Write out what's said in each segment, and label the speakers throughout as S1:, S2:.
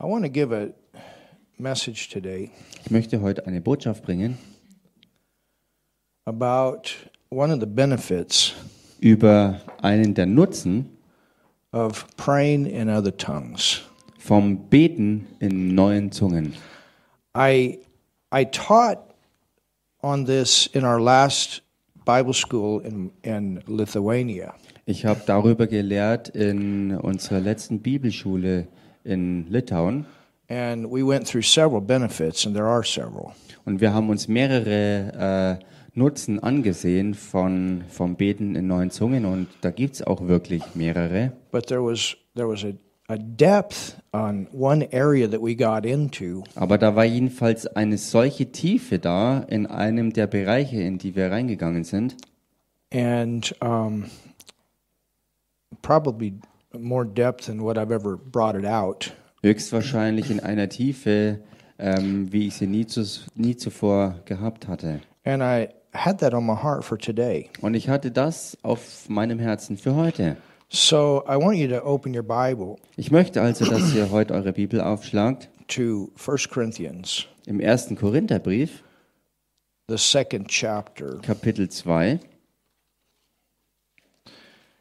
S1: I want to give a message today
S2: Ich möchte heute eine Botschaft bringen
S1: about one of the benefits
S2: über einen der Nutzen
S1: of praying in other tongues.
S2: vom Beten in neuen Zungen.
S1: I I taught on this in our last Bible school in in Lithuania.
S2: Ich habe darüber gelehrt in unserer letzten Bibelschule in Litauen
S1: And we went through several benefits, and there are several.
S2: und wir haben uns mehrere äh, Nutzen angesehen von, vom Beten in neuen Zungen und da gibt es auch wirklich mehrere.
S1: But there was there was a, a depth on one area that we got into
S2: Aber da war jedenfalls eine solche Tiefe da in einem der Bereiche, in die wir reingegangen sind.
S1: and um, probably more depth than what I've ever brought it out.
S2: Höchstwahrscheinlich in einer Tiefe, ähm, wie ich sie nie, zus- nie zuvor gehabt hatte.
S1: And I had that on my heart for today.
S2: Und ich hatte das auf meinem Herzen für heute.
S1: So I want you to open your Bible
S2: Ich möchte also, dass ihr heute eure Bibel aufschlagt
S1: to 1 Corinthians,
S2: im 1. Korintherbrief,
S1: the second chapter.
S2: Kapitel 2.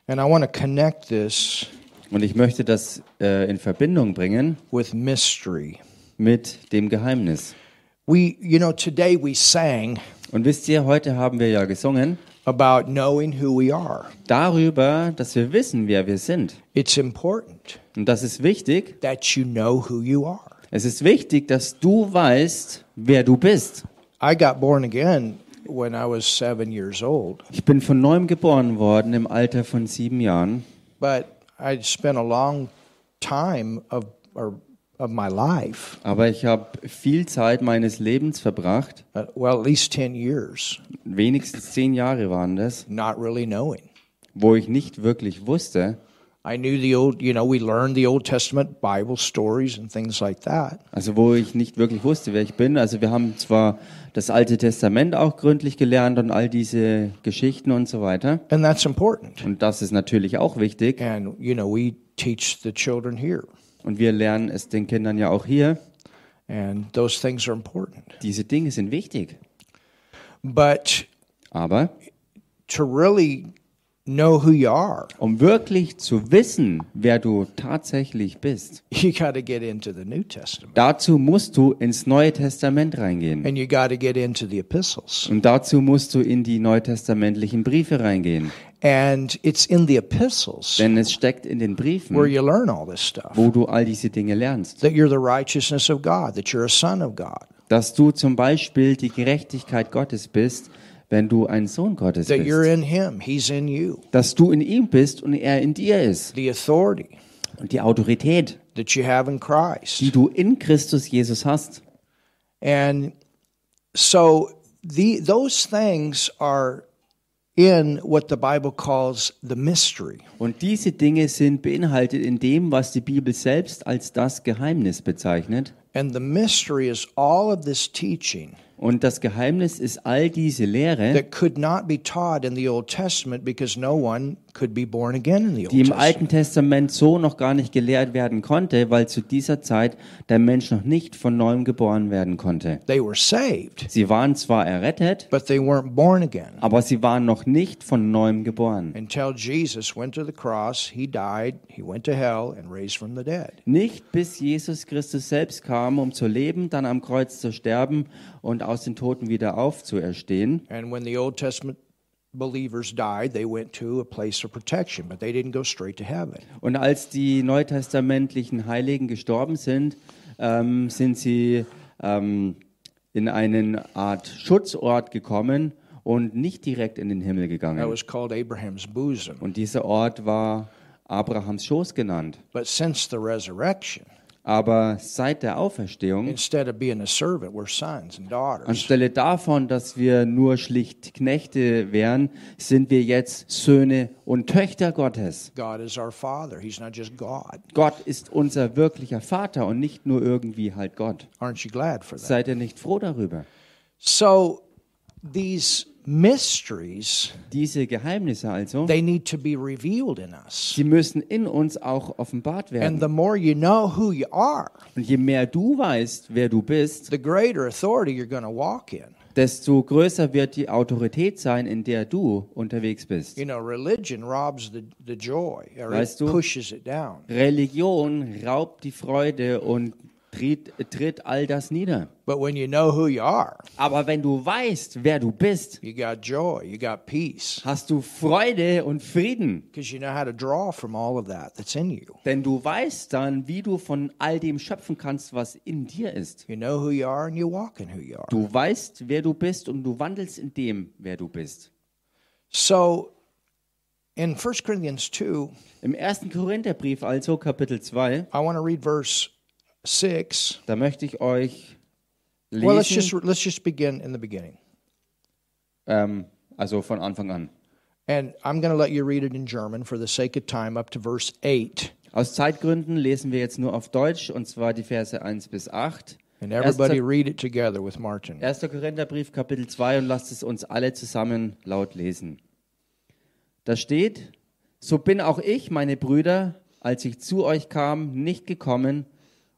S1: And I want to connect this
S2: Und ich möchte das äh, in Verbindung bringen
S1: with mystery.
S2: mit dem Geheimnis.
S1: We, you know, today we sang
S2: Und wisst ihr, heute haben wir ja gesungen
S1: about knowing who we are.
S2: darüber, dass wir wissen, wer wir sind.
S1: It's important
S2: Und das ist wichtig.
S1: that you know who you are.
S2: Es ist wichtig, dass du weißt, wer du bist.
S1: I got born again when I was seven years old,
S2: Ich bin von neuem geboren worden im Alter von sieben Jahren.
S1: but I spent a long time of, or, of my life,
S2: Aber ich habe viel Zeit meines Lebens verbracht,
S1: uh, well, at least 10 years,
S2: wenigstens zehn Jahre waren das,
S1: not really knowing.
S2: wo ich nicht wirklich wusste.
S1: I knew the old, you know, we learned the Old Testament Bible stories and things like that,
S2: Also wo ich nicht wirklich wusste, wer ich bin. Also wir haben zwar das Alte Testament auch gründlich gelernt und all diese Geschichten und so weiter.
S1: and that's important.
S2: Und das ist natürlich auch wichtig.
S1: And, you know, we teach the children here,
S2: Und wir lernen es den Kindern ja auch hier.
S1: and those things are important.
S2: Diese Dinge sind wichtig.
S1: But
S2: Aber
S1: to really know who you are,
S2: um wirklich zu wissen, wer du tatsächlich bist,
S1: you got to get into the New Testament.
S2: dazu musst du ins Neue Testament reingehen.
S1: and you got to get into the epistles.
S2: Und dazu musst du in die neutestamentlichen Briefe reingehen.
S1: And it's in the epistles
S2: Denn es steckt in den
S1: where
S2: Briefen,
S1: you learn all this stuff
S2: wo du all diese Dinge lernst.
S1: that you're the righteousness of God, that you're a son of God,
S2: Dass du zum Beispiel die Gerechtigkeit Gottes bist, wenn du ein Sohn Gottes
S1: that you're
S2: bist.
S1: in Him, He's in you,
S2: Dass du in ihm bist und er in dir ist.
S1: the authority
S2: Und die Autorität,
S1: that you have in Christ.
S2: die du in Christus Jesus hast.
S1: And so the, those things are in what the Bible calls the mystery.
S2: Und diese Dinge sind beinhaltet in dem, was die Bibel selbst als das Geheimnis bezeichnet.
S1: And the mystery is all of this teaching
S2: Und das Geheimnis ist all diese Lehre,
S1: that could not be taught in the Old Testament because no one could be born again in the Old
S2: die im
S1: Testament.
S2: Alten Testament so noch gar nicht gelehrt werden konnte, weil zu dieser Zeit der Mensch noch nicht von neuem geboren werden konnte.
S1: They were saved,
S2: Sie waren zwar errettet,
S1: but they weren't born again.
S2: aber sie waren noch nicht von neuem geboren.
S1: Until Jesus went to the cross, he died, he went to hell, and raised from the dead.
S2: Nicht bis Jesus Christus selbst kam, um zu leben, dann am Kreuz zu sterben und aus den Toten wieder aufzuerstehen.
S1: And when the Old Testament believers died, they went to a place of protection, but they didn't go straight to heaven.
S2: Und als die neutestamentlichen Heiligen gestorben sind, ähm, sind sie ähm, in eine Art Schutzort gekommen und nicht direkt in den Himmel
S1: That
S2: gegangen.
S1: was called Abraham's bosom.
S2: Und dieser Ort war Abrahams Schoß genannt.
S1: But since the resurrection,
S2: Aber seit der Auferstehung,
S1: instead of being a servant, we're sons and daughters.
S2: anstelle davon, dass wir nur schlicht Knechte wären, sind wir jetzt Söhne und Töchter Gottes.
S1: God is our Father. He's not just God.
S2: Gott ist unser wirklicher Vater und nicht nur irgendwie halt Gott.
S1: Aren't you glad for that?
S2: Seid ihr nicht froh darüber?
S1: So these mysteries,
S2: Diese Geheimnisse also,
S1: they need to be revealed in us.
S2: sie müssen in uns auch offenbart
S1: And
S2: werden.
S1: the more you know who you are,
S2: Und je mehr du weißt, wer du bist,
S1: the greater authority you're going to walk in.
S2: desto größer wird die Autorität sein, in der du unterwegs bist.
S1: You know, religion robs the, the joy or
S2: Weißt
S1: it
S2: du?
S1: pushes it down.
S2: Religion raubt die Freude und tritt, tritt all das nieder.
S1: But when you know who you are,
S2: Aber wenn du weißt, wer du bist,
S1: you got joy, you got peace,
S2: hast du Freude und Frieden.
S1: because you know how to draw from all of that that's in you.
S2: Denn du weißt dann, wie du von all dem schöpfen kannst, was in dir ist.
S1: You know who you are and you walk in who you are.
S2: Du weißt, wer du bist und du wandelst in dem, wer du bist.
S1: So in 1 Corinthians 2,
S2: Im ersten Korintherbrief also Kapitel 2,
S1: I want to read verse 6.
S2: da möchte ich euch lesen,
S1: Well, let's just let's just begin in the beginning.
S2: ähm, also von Anfang an.
S1: And I'm going to let you read it in German for the sake of time up to verse 8.
S2: Aus Zeitgründen lesen wir jetzt nur auf Deutsch und zwar die Verse 1 bis 8.
S1: And everybody
S2: Erster-
S1: read it together with Martin.
S2: 1. Korintherbrief, Kapitel 2, und lasst es uns alle zusammen laut lesen. Da steht: So bin auch ich, meine Brüder, als ich zu euch kam, nicht gekommen,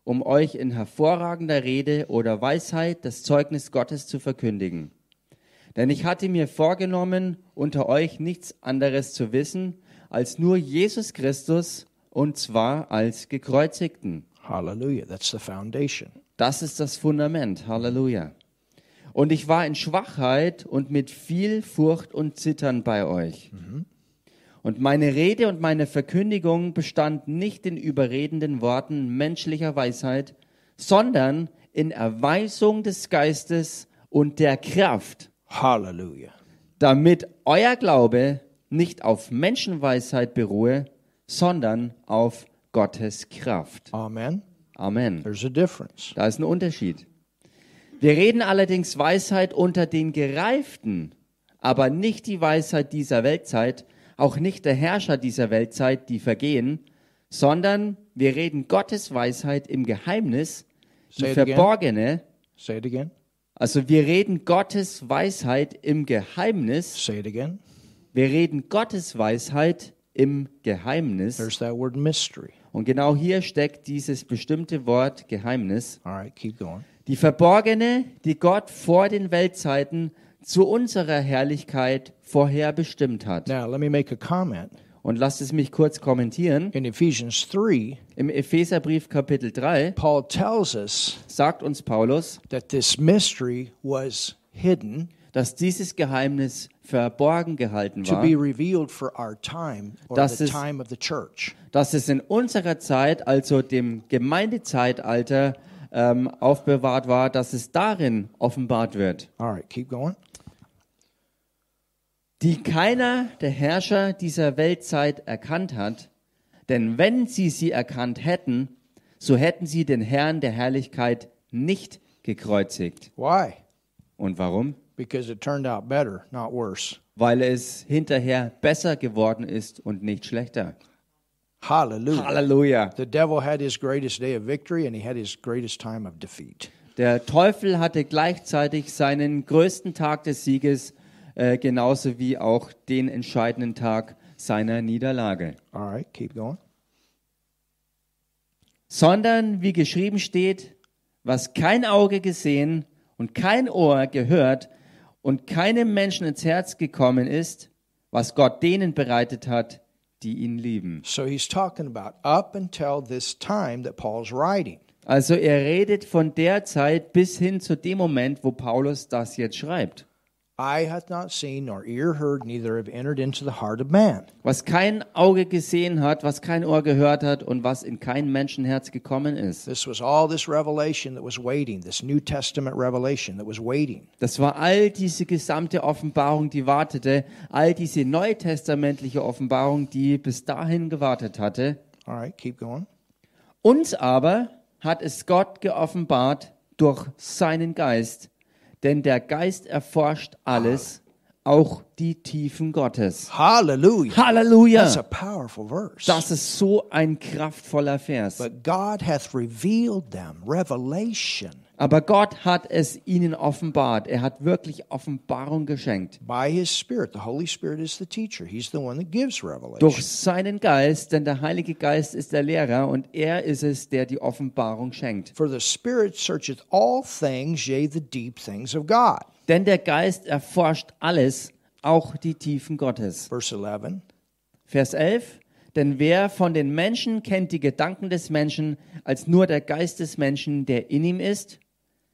S2: um euch in hervorragender Rede oder Weisheit das Zeugnis Gottes zu verkündigen. Denn ich hatte mir vorgenommen, unter euch nichts anderes zu wissen, als nur Jesus Christus, und zwar als Gekreuzigten.
S1: Hallelujah. That's the foundation.
S2: Das ist das Fundament. Halleluja. Und ich war in Schwachheit und mit viel Furcht und Zittern bei euch. Und meine Rede und meine Verkündigung bestand nicht in überredenden Worten menschlicher Weisheit, sondern in Erweisung des Geistes und der Kraft,
S1: Hallelujah.
S2: damit euer Glaube nicht auf Menschenweisheit beruhe, sondern auf Gottes Kraft.
S1: Amen.
S2: Amen.
S1: There's a difference.
S2: Da ist ein Unterschied. Wir reden allerdings Weisheit unter den Gereiften, aber nicht die Weisheit dieser Weltzeit, auch nicht der Herrscher dieser Weltzeit, die vergehen, sondern wir reden Gottes Weisheit im Geheimnis, die
S1: Say it again.
S2: verborgene.
S1: Say it again.
S2: Also wir reden Gottes Weisheit im Geheimnis.
S1: Say it again.
S2: Wir reden Gottes Weisheit im Geheimnis.
S1: There's that word mystery.
S2: Und genau hier steckt dieses bestimmte Wort Geheimnis.
S1: All right, keep going.
S2: Die verborgene, die Gott vor den Weltzeiten zu unserer Herrlichkeit vorherbestimmt hat.
S1: Now, let me make a comment.
S2: Und lasst es mich kurz kommentieren.
S1: In Ephesians 3,
S2: Im Epheserbrief Kapitel 3
S1: Paul tells us
S2: sagt uns Paulus,
S1: that this mystery was hidden
S2: dass dieses Geheimnis verborgen gehalten
S1: to be
S2: war,
S1: revealed for our time or
S2: Das
S1: the
S2: ist-
S1: time of the church.
S2: dass es in unserer Zeit, also dem Gemeindezeitalter, ähm, aufbewahrt war, dass es darin offenbart wird.
S1: All right, keep going.
S2: die keiner der Herrscher dieser Weltzeit erkannt hat, denn wenn sie sie erkannt hätten, so hätten sie den Herrn der Herrlichkeit nicht gekreuzigt.
S1: Why?
S2: Und warum?
S1: Because it turned out better, not worse.
S2: Weil es hinterher besser geworden ist und nicht schlechter.
S1: Hallelujah.
S2: Halleluja.
S1: The devil had his greatest day of victory and he had his greatest time of defeat.
S2: Der Teufel hatte gleichzeitig seinen größten Tag des Sieges, äh, genauso wie auch den entscheidenden Tag seiner Niederlage.
S1: All right, keep going.
S2: sondern wie geschrieben steht, was kein Auge gesehen und kein Ohr gehört und keinem Menschen ins Herz gekommen ist, was Gott denen bereitet hat, die ihn lieben.
S1: So he's talking about up until this time that Paul's writing.
S2: Also er redet von der Zeit bis hin zu dem Moment, wo Paulus das jetzt schreibt.
S1: Eye hath not seen, nor ear heard, neither have entered into the heart of man.
S2: Was kein Auge gesehen hat, was kein Ohr gehört hat und was in kein Menschenherz gekommen ist.
S1: This was all this revelation that was waiting, this New Testament revelation that was waiting.
S2: Das war all diese gesamte Offenbarung, die wartete, all diese neutestamentliche Offenbarung, die bis dahin gewartet hatte.
S1: All right, keep going.
S2: Uns aber hat es Gott geoffenbart durch seinen Geist, denn der Geist erforscht alles, auch die Tiefen Gottes.
S1: Hallelujah. That's a
S2: Halleluja!
S1: powerful verse.
S2: Das ist so ein kraftvoller Vers.
S1: But God hath revealed them, revelation,
S2: Aber Gott hat es ihnen offenbart. Er hat wirklich Offenbarung geschenkt.
S1: by His Spirit. The Holy Spirit is the teacher, He's the one that gives revelation.
S2: Durch seinen Geist, denn der Heilige Geist ist der Lehrer und er ist es, der die Offenbarung schenkt.
S1: For the Spirit searcheth all things, yea, the deep things of God.
S2: Denn der Geist erforscht alles, auch die Tiefen Gottes.
S1: Verse 11.
S2: Vers 11. Denn wer von den Menschen kennt die Gedanken des Menschen, als nur der Geist des Menschen, der in ihm ist?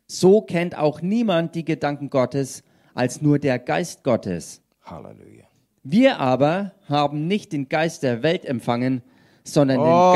S2: So kennt auch niemand die Gedanken Gottes, als nur der Geist Gottes.
S1: Hallelujah.
S2: Wir aber haben nicht den Geist der Welt empfangen, sondern
S1: Oh,
S2: den
S1: that's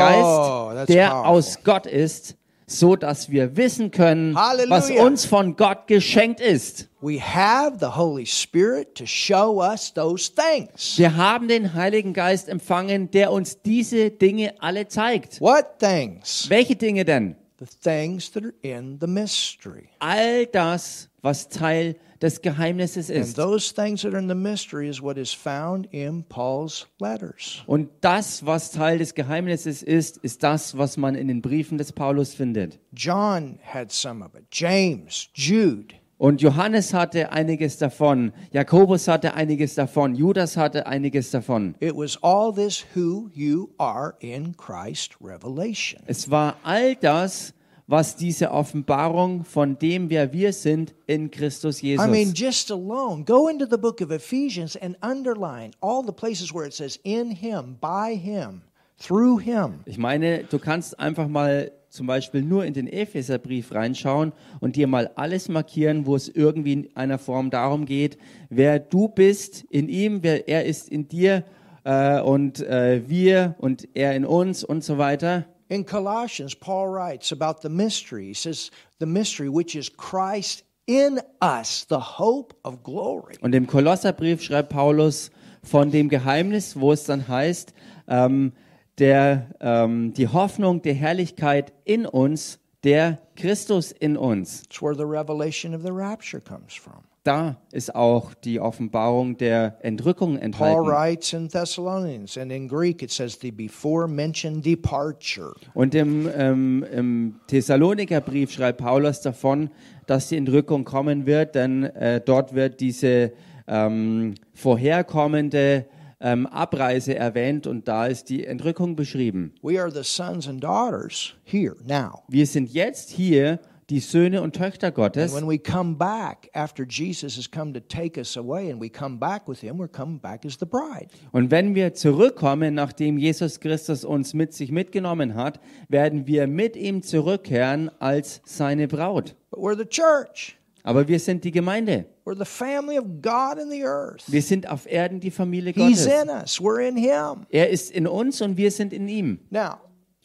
S2: Geist, der
S1: powerful.
S2: aus Gott ist, so dass wir wissen können,
S1: Halleluja.
S2: was uns von Gott geschenkt ist.
S1: We have the Holy Spirit to show us those things.
S2: Wir haben den Heiligen Geist empfangen, der uns diese Dinge alle zeigt.
S1: What things?
S2: Welche Dinge denn?
S1: The things that are in the mystery.
S2: All das, was Teil des Geheimnisses
S1: And
S2: ist.
S1: those things that are in the mystery is what is found in Paul's letters.
S2: Und das, was Teil des Geheimnisses ist, ist das, was man in den Briefen des Paulus findet.
S1: John had some of it, James, Jude.
S2: Und Johannes hatte einiges davon, Jakobus hatte einiges davon, Judas hatte einiges davon.
S1: It was all this who you are in Christ revelation.
S2: Es war all das, was diese Offenbarung von dem, wer wir sind, in Christus Jesus.
S1: I mean, just alone, go into the book of Ephesians and underline all the places where it says in Him, by Him, through Him.
S2: Ich meine, du kannst einfach mal zum Beispiel nur in den Epheserbrief reinschauen und dir mal alles markieren, wo es irgendwie in einer Form darum geht, wer du bist in ihm, wer er ist in dir äh, und äh, wir und er in uns und so weiter.
S1: In Colossians, Paul writes about the mystery. He says, the mystery which is Christ in us, the hope of glory.
S2: Und im Kolosserbrief schreibt Paulus von dem Geheimnis, wo es dann heißt, ähm, der, ähm, die Hoffnung der Herrlichkeit in uns, der Christus in uns.
S1: It's where the revelation of the rapture comes from.
S2: Da ist auch die Offenbarung der Entrückung
S1: Paul
S2: enthalten.
S1: writes in Thessalonians, and in Greek it says the before mentioned departure.
S2: Und im, ähm, im Thessalonikerbrief schreibt Paulus davon, dass die Entrückung kommen wird, denn äh, dort wird diese ähm, vorherkommende ähm, Abreise erwähnt und da ist die Entrückung beschrieben.
S1: We are the sons and daughters here now.
S2: Wir sind jetzt hier die Söhne und Töchter
S1: And
S2: Gottes.
S1: when we come back after Jesus has come to take us away and we come back with him, we're coming back as the bride.
S2: Und wenn wir zurückkommen, nachdem Jesus Christus uns mit sich mitgenommen hat, werden wir mit ihm zurückkehren als seine Braut.
S1: But we're the church.
S2: Aber wir sind die Gemeinde.
S1: We're the family of God in the earth.
S2: Wir sind auf Erden die Familie
S1: He's
S2: Gottes.
S1: in us. We're in him.
S2: Er ist in uns und wir sind in ihm.
S1: Now,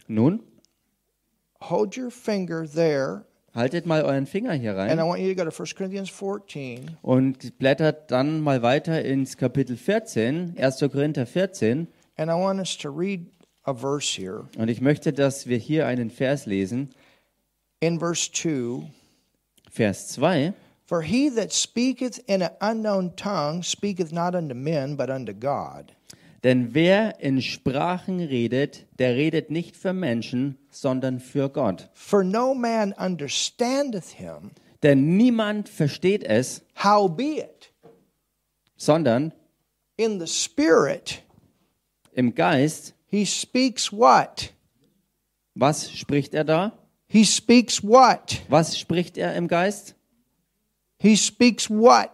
S2: Nun,
S1: hold your finger there
S2: haltet mal euren Finger hier
S1: and I
S2: rein
S1: want you to go to 1 Corinthians 14
S2: und blättert dann mal weiter ins Kapitel 14, 1. Korinther 14.
S1: and I want us to read a verse here.
S2: Und ich möchte, dass wir hier einen Vers lesen.
S1: In verse 2,
S2: Vers 2.
S1: For he that speaketh in an unknown tongue speaketh not unto men, but unto God.
S2: Denn wer in Sprachen redet, der redet nicht für Menschen, sondern für Gott.
S1: For no man understandeth him,
S2: Denn niemand versteht es,
S1: howbeit
S2: sondern
S1: in the Spirit
S2: im Geist,
S1: he speaks what?
S2: was spricht er da?
S1: He speaks what?
S2: Was spricht er im Geist?
S1: He speaks what?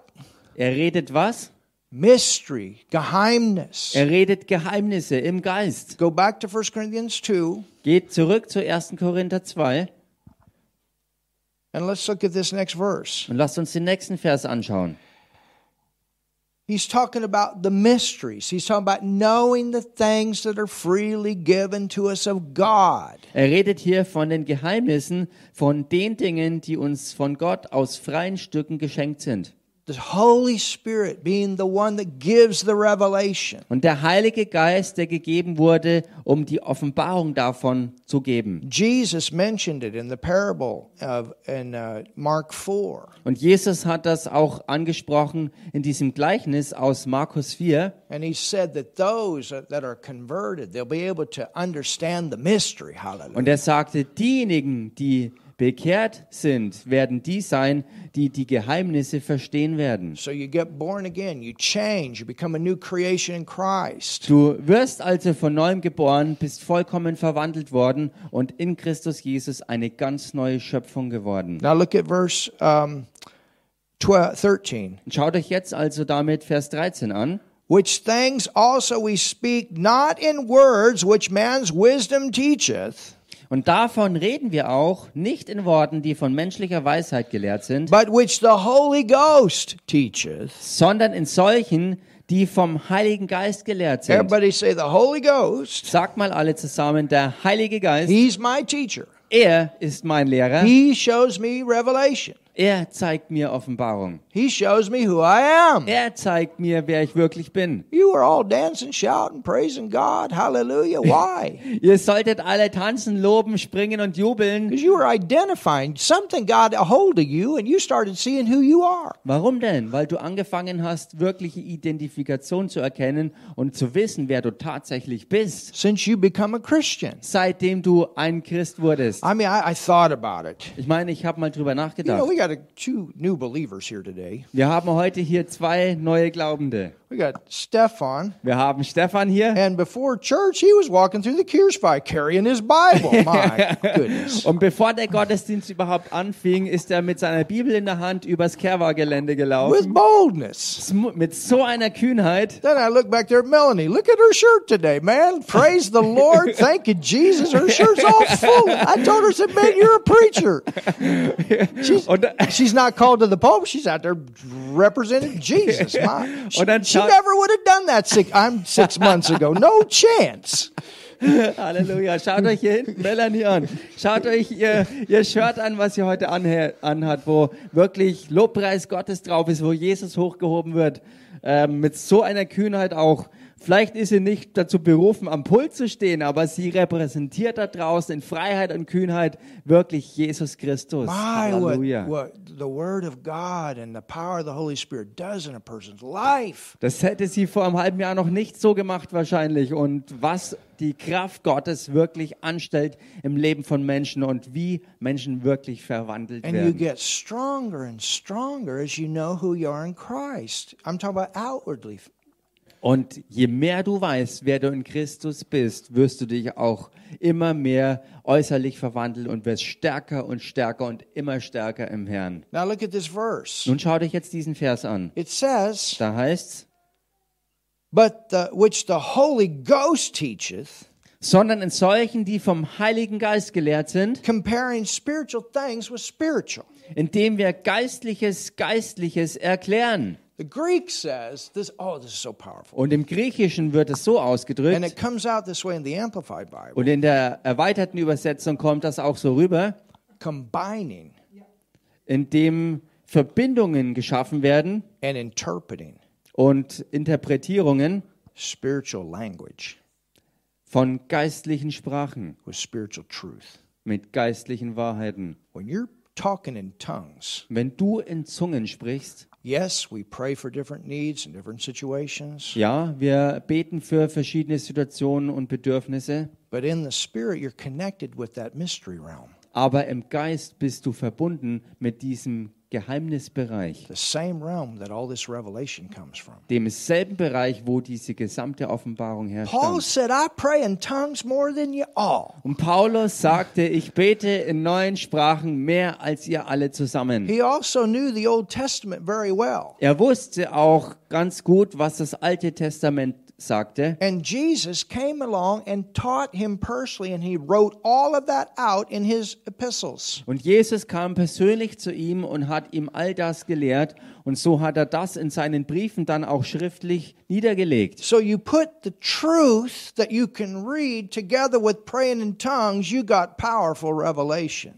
S2: Er redet was?
S1: Mystery, Geheimnis.
S2: Er redet Geheimnisse im Geist.
S1: Go back to 1 Corinthians 2,
S2: Geht zurück zu 1. Korinther 2
S1: and let's look at this next verse.
S2: und lasst uns den nächsten Vers anschauen.
S1: He's talking about the mysteries. He's talking about knowing the things that are freely given to us of God.
S2: Er redet hier von den Geheimnissen, von den Dingen, die uns von Gott aus freien Stücken geschenkt sind.
S1: the Holy Spirit being the one that gives the revelation.
S2: Und der Heilige Geist, der gegeben wurde, um die Offenbarung davon zu geben.
S1: Jesus mentioned it in the parable of in uh, Mark 4.
S2: Und Jesus hat das auch angesprochen in diesem Gleichnis aus Markus 4.
S1: And he said that those that are converted, they'll be able to understand the mystery. Hallelujah.
S2: Und er sagte, diejenigen, die bekehrt sind, werden die sein, die die Geheimnisse verstehen werden.
S1: So you get born again, you change, you become a new creation in Christ.
S2: Du wirst also von neuem geboren, bist vollkommen verwandelt worden und in Christus Jesus eine ganz neue Schöpfung geworden.
S1: Now look at verse um, 12, 13.
S2: Und Schaut euch jetzt also damit Vers 13 an.
S1: Which things also we speak not in words which man's wisdom teacheth,
S2: Und davon reden wir auch nicht in Worten, die von menschlicher Weisheit gelehrt sind,
S1: but which the Holy Ghost teacheth.
S2: sondern in solchen, die vom Heiligen Geist gelehrt sind.
S1: Everybody say the Holy Ghost.
S2: Sagt mal alle zusammen, der Heilige Geist,
S1: He's my teacher.
S2: er ist mein Lehrer,
S1: He shows me revelation.
S2: er zeigt mir Offenbarung,
S1: He shows me who I am.
S2: er zeigt mir, wer ich wirklich bin.
S1: You are all dancing, shouting, praising God. Hallelujah. Why?
S2: Ihr solltet alle tanzen, loben, springen und jubeln.
S1: Because you were identifying something got a hold of you and you started seeing who you are.
S2: Warum denn? Weil du angefangen hast, wirkliche Identifikation zu erkennen und zu wissen, wer du tatsächlich bist,
S1: Since you become a Christian.
S2: seitdem du ein Christ wurdest.
S1: I mean, I, I thought about it.
S2: Ich meine, ich habe mal drüber
S1: You know,
S2: nachgedacht.
S1: we got a, two new believers here today.
S2: Wir haben heute hier zwei neue Glaubende.
S1: We got Stefan.
S2: Wir haben Stefan hier
S1: And before church, he was walking through the Kirschby carrying his Bible. My goodness.
S2: und bevor der Gottesdienst überhaupt anfing, ist er mit seiner Bibel in der Hand übers Kerwa-Gelände gelaufen.
S1: With boldness.
S2: Sm- Mit so einer Kühnheit.
S1: Then I look back there at Melanie. Look at her shirt today, man. Praise the Lord. Thank you, Jesus. Her shirt's all full. I told her, I said, man, you're a preacher.
S2: Und,
S1: She's not called to the Pope. She's out there representing Jesus. My, she,
S2: Well, then,
S1: she
S2: Chuck-
S1: never would have done that six, I'm six months ago. No chance.
S2: Halleluja. Schaut euch hier hinten Melanie an. Schaut euch ihr, ihr Shirt an, was ihr heute anhe- anhat, wo wirklich Lobpreis Gottes drauf ist, wo Jesus hochgehoben wird. Ähm, mit so einer Kühnheit auch. Vielleicht ist sie nicht dazu berufen, am Pult zu stehen, aber sie repräsentiert da draußen in Freiheit und Kühnheit wirklich Jesus Christus.
S1: My, what, what the Word of God and the power of the Holy Spirit does in a person's life.
S2: Das hätte sie vor einem halben Jahr noch nicht so gemacht wahrscheinlich. Und was die Kraft Gottes wirklich anstellt im Leben von Menschen und wie Menschen wirklich verwandelt
S1: And you
S2: werden.
S1: get stronger and stronger as you know who you are in Christ. I'm talking about outwardly.
S2: Und je mehr du weißt, wer du in Christus bist, wirst du dich auch immer mehr äußerlich verwandeln und wirst stärker und stärker und immer stärker im Herrn.
S1: Now look at this verse.
S2: Nun schau dich jetzt diesen Vers an.
S1: It says,
S2: Da heißt's,
S1: But the, which the Holy Ghost teacheth,
S2: sondern in solchen, die vom Heiligen Geist gelehrt sind,
S1: comparing spiritual things with spiritual.
S2: indem wir Geistliches, Geistliches erklären.
S1: The Greek says this. Oh, this is so powerful,
S2: Und im Griechischen wird es so
S1: and it
S2: ausgedrückt,
S1: comes out this way in the Amplified Bible,
S2: und in der erweiterten Übersetzung kommt das auch so rüber,
S1: combining
S2: indem Verbindungen geschaffen werden
S1: and interpreting
S2: und Interpretierungen
S1: spiritual language
S2: von geistlichen Sprachen
S1: with spiritual truth.
S2: mit geistlichen Wahrheiten.
S1: When you're talking in tongues,
S2: Wenn du in Zungen sprichst,
S1: yes, we pray for different needs and different situations,
S2: ja, wir beten für verschiedene Situationen und Bedürfnisse,
S1: but in the spirit, you're connected with that mystery realm.
S2: aber im Geist bist du verbunden mit diesem Geheimnisbereich,
S1: The same realm that all this revelation comes from.
S2: dem selben Bereich, wo diese gesamte Offenbarung
S1: Paul
S2: herrscht.
S1: said, I pray in tongues more than you all.
S2: Und Paulus sagte, ich bete in neuen Sprachen mehr als ihr alle zusammen.
S1: He also knew the Old Testament very well.
S2: Er wusste auch ganz gut, was das Alte Testament sagte.
S1: And Jesus came along and taught him personally, and he wrote all of that out in his epistles.
S2: Und Jesus kam persönlich zu ihm und hat ihm all das gelehrt. Und so hat er das in seinen Briefen dann auch schriftlich niedergelegt.
S1: So you put the truth that you can read together with praying in tongues, you got powerful revelation.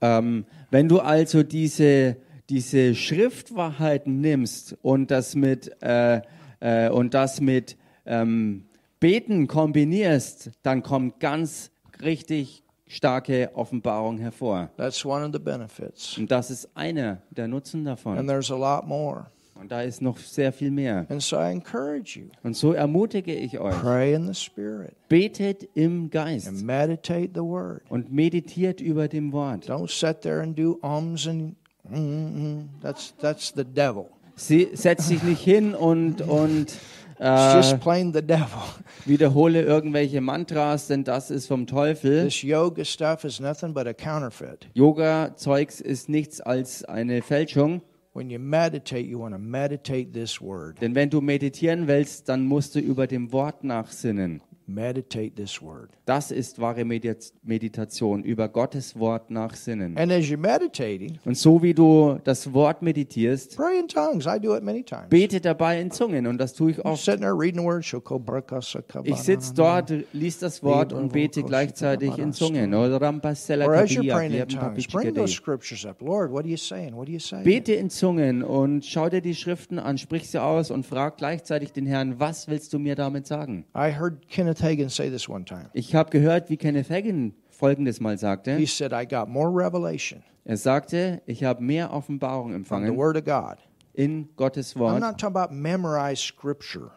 S2: Ähm, wenn du also diese diese Schriftwahrheiten nimmst und das mit, äh, äh, und das mit ähm, Beten kombinierst, dann kommt ganz richtig starke Offenbarung hervor.
S1: That's one of the benefits.
S2: Und das ist einer der
S1: And
S2: Nutzen davon.
S1: there's a lot more.
S2: Und da ist noch sehr viel mehr.
S1: And so I encourage you
S2: Und so ermutige ich euch,
S1: pray in the Spirit
S2: betet im Geist
S1: and meditate the Word.
S2: und meditiert über dem Wort.
S1: Don't sit there and do ums and mm-mm. that's that's the devil.
S2: Sie setzt sich nicht hin und, und
S1: It's
S2: äh,
S1: just plain the devil.
S2: wiederhole irgendwelche Mantras, denn das ist vom Teufel.
S1: This yoga stuff is nothing but a counterfeit.
S2: Yoga-Zeugs ist nichts als eine Fälschung.
S1: When you meditate, you want to meditate this word.
S2: Denn wenn du meditieren willst, dann musst du über dem Wort nachsinnen.
S1: Meditate this word.
S2: Das ist wahre Medi Meditation, über Gottes Wort nachsinnen.
S1: And as you're meditating,
S2: Und so wie du das Wort meditierst,
S1: pray in tongues. I do it many times.
S2: bete dabei in Zungen. Und das tue ich
S1: I'm
S2: oft.
S1: sitting there reading the word. Shoko braka saka
S2: Ich
S1: bana
S2: sitze
S1: na na.
S2: dort, lies das Wort und bete gleichzeitig in Zungen. Oder Rampasella
S1: Or as you're
S2: Kabia,
S1: praying in
S2: Diabben
S1: tongues, bring
S2: Papitschikadei.
S1: those scriptures up. Lord, what are you saying? What are you saying?
S2: Bete in Zungen und schau dir die Schriften an, sprich sie aus und frag gleichzeitig den Herrn, was willst du mir damit sagen?
S1: I heard Kenneth Hagin say this one time.
S2: Ich habe gehört, wie Kenneth Hagin folgendes mal
S1: He
S2: sagte.
S1: said, I got more revelation
S2: Er sagte, ich habe mehr Offenbarung
S1: from the
S2: empfangen
S1: Word of God.
S2: in Gottes
S1: I'm
S2: Wort.
S1: not talking about memorized scripture,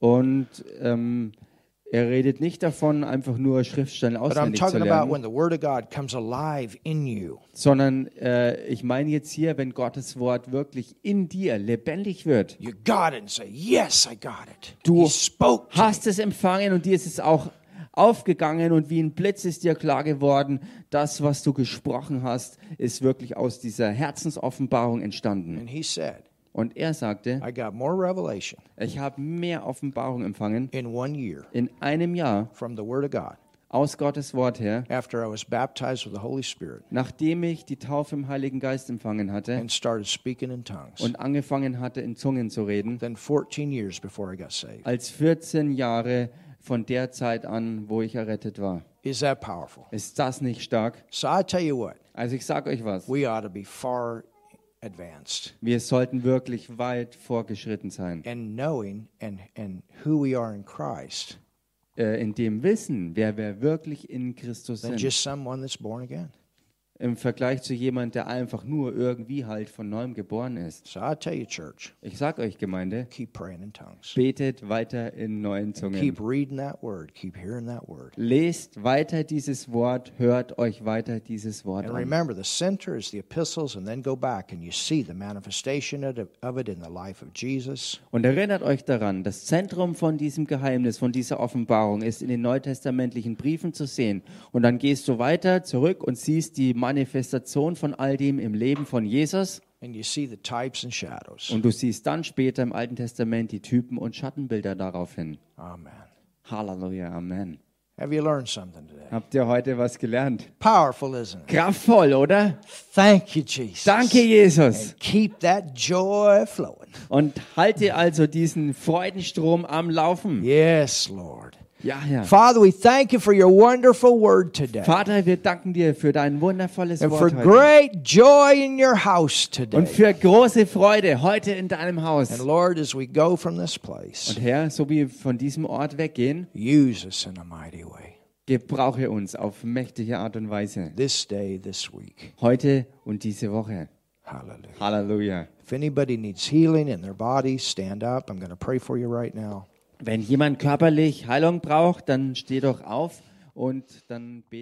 S2: Und ähm, er redet nicht davon, einfach nur Schriftstellen
S1: but I'm
S2: auswendig zu
S1: talking about
S2: lernen,
S1: when the Word of God comes alive in you.
S2: sondern äh, ich meine jetzt hier, wenn Gottes Wort wirklich in dir lebendig wird.
S1: You got it and say, Yes, I got it.
S2: Du
S1: he spoke. to me.
S2: hast es empfangen und dir ist es auch aufgegangen und wie ein Blitz ist dir klar geworden, das, was du gesprochen hast, ist wirklich aus dieser Herzensoffenbarung entstanden.
S1: And he said,
S2: Und er sagte,
S1: I got more revelation
S2: ich habe mehr Offenbarung empfangen
S1: in one year
S2: in einem Jahr
S1: from the Word of God
S2: aus Gottes Wort her,
S1: after I was baptized with the Holy Spirit
S2: nachdem ich die Taufe im Heiligen Geist empfangen hatte
S1: and started speaking in tongues
S2: und angefangen hatte, in Zungen zu reden,
S1: than 14 years before I got saved.
S2: als 14 Jahre von der Zeit an, wo ich errettet war.
S1: Is that powerful?
S2: Ist das nicht stark?
S1: So I tell you what,
S2: Also ich sage euch was.
S1: we ought to be far advanced.
S2: Wir sollten wirklich weit vorgeschritten sein.
S1: and knowing and, and who we are in Christ
S2: Äh, in dem Wissen, wer wir wirklich in Christus
S1: than
S2: sind.
S1: just someone that's born again.
S2: Im Vergleich zu jemand, der einfach nur irgendwie halt von neuem geboren ist.
S1: So I tell you, church,
S2: Ich sag euch, Gemeinde,
S1: keep praying in tongues.
S2: betet weiter in neuen Zungen.
S1: Keep reading that word. Keep hearing that word.
S2: Lest weiter dieses Wort, hört euch weiter dieses Wort
S1: And
S2: an.
S1: remember, the center is the epistles, and then go back and you see the manifestation of it- of it in the life of Jesus.
S2: Und erinnert euch daran, das Zentrum von diesem Geheimnis, von dieser Offenbarung ist in den neutestamentlichen Briefen zu sehen. Und dann gehst du weiter zurück und siehst die Manifestation von all dem im Leben von Jesus.
S1: And you see the types and shadows.
S2: Und du siehst dann später im Alten Testament die Typen und Schattenbilder daraufhin.
S1: Amen.
S2: Halleluja, Amen.
S1: Have you learned something today?
S2: Habt ihr heute was gelernt?
S1: Powerful, isn't it?
S2: Kraftvoll, oder?
S1: Thank you, Jesus.
S2: Danke, Jesus.
S1: Keep that joy flowing.
S2: Und halte also diesen Freudenstrom am Laufen.
S1: Yes, Lord.
S2: Ja, Herr.
S1: Father, we thank you for your wonderful word today.
S2: Vater, wir danken dir für dein wundervolles
S1: and for
S2: Wort heute.
S1: great joy in your house today.
S2: Und für große Freude heute in deinem
S1: And
S2: Haus.
S1: Lord, as we go from this place,
S2: Und Herr, so wie wir von diesem Ort weggehen,
S1: use us in a mighty way
S2: gebrauche uns auf mächtige Art und Weise.
S1: this day, this week.
S2: Heute und diese Woche.
S1: Hallelujah.
S2: Halleluja.
S1: If anybody needs healing in their body, stand up. I'm going to pray for you right now.
S2: Wenn jemand körperlich Heilung braucht, dann steh doch auf und dann bete.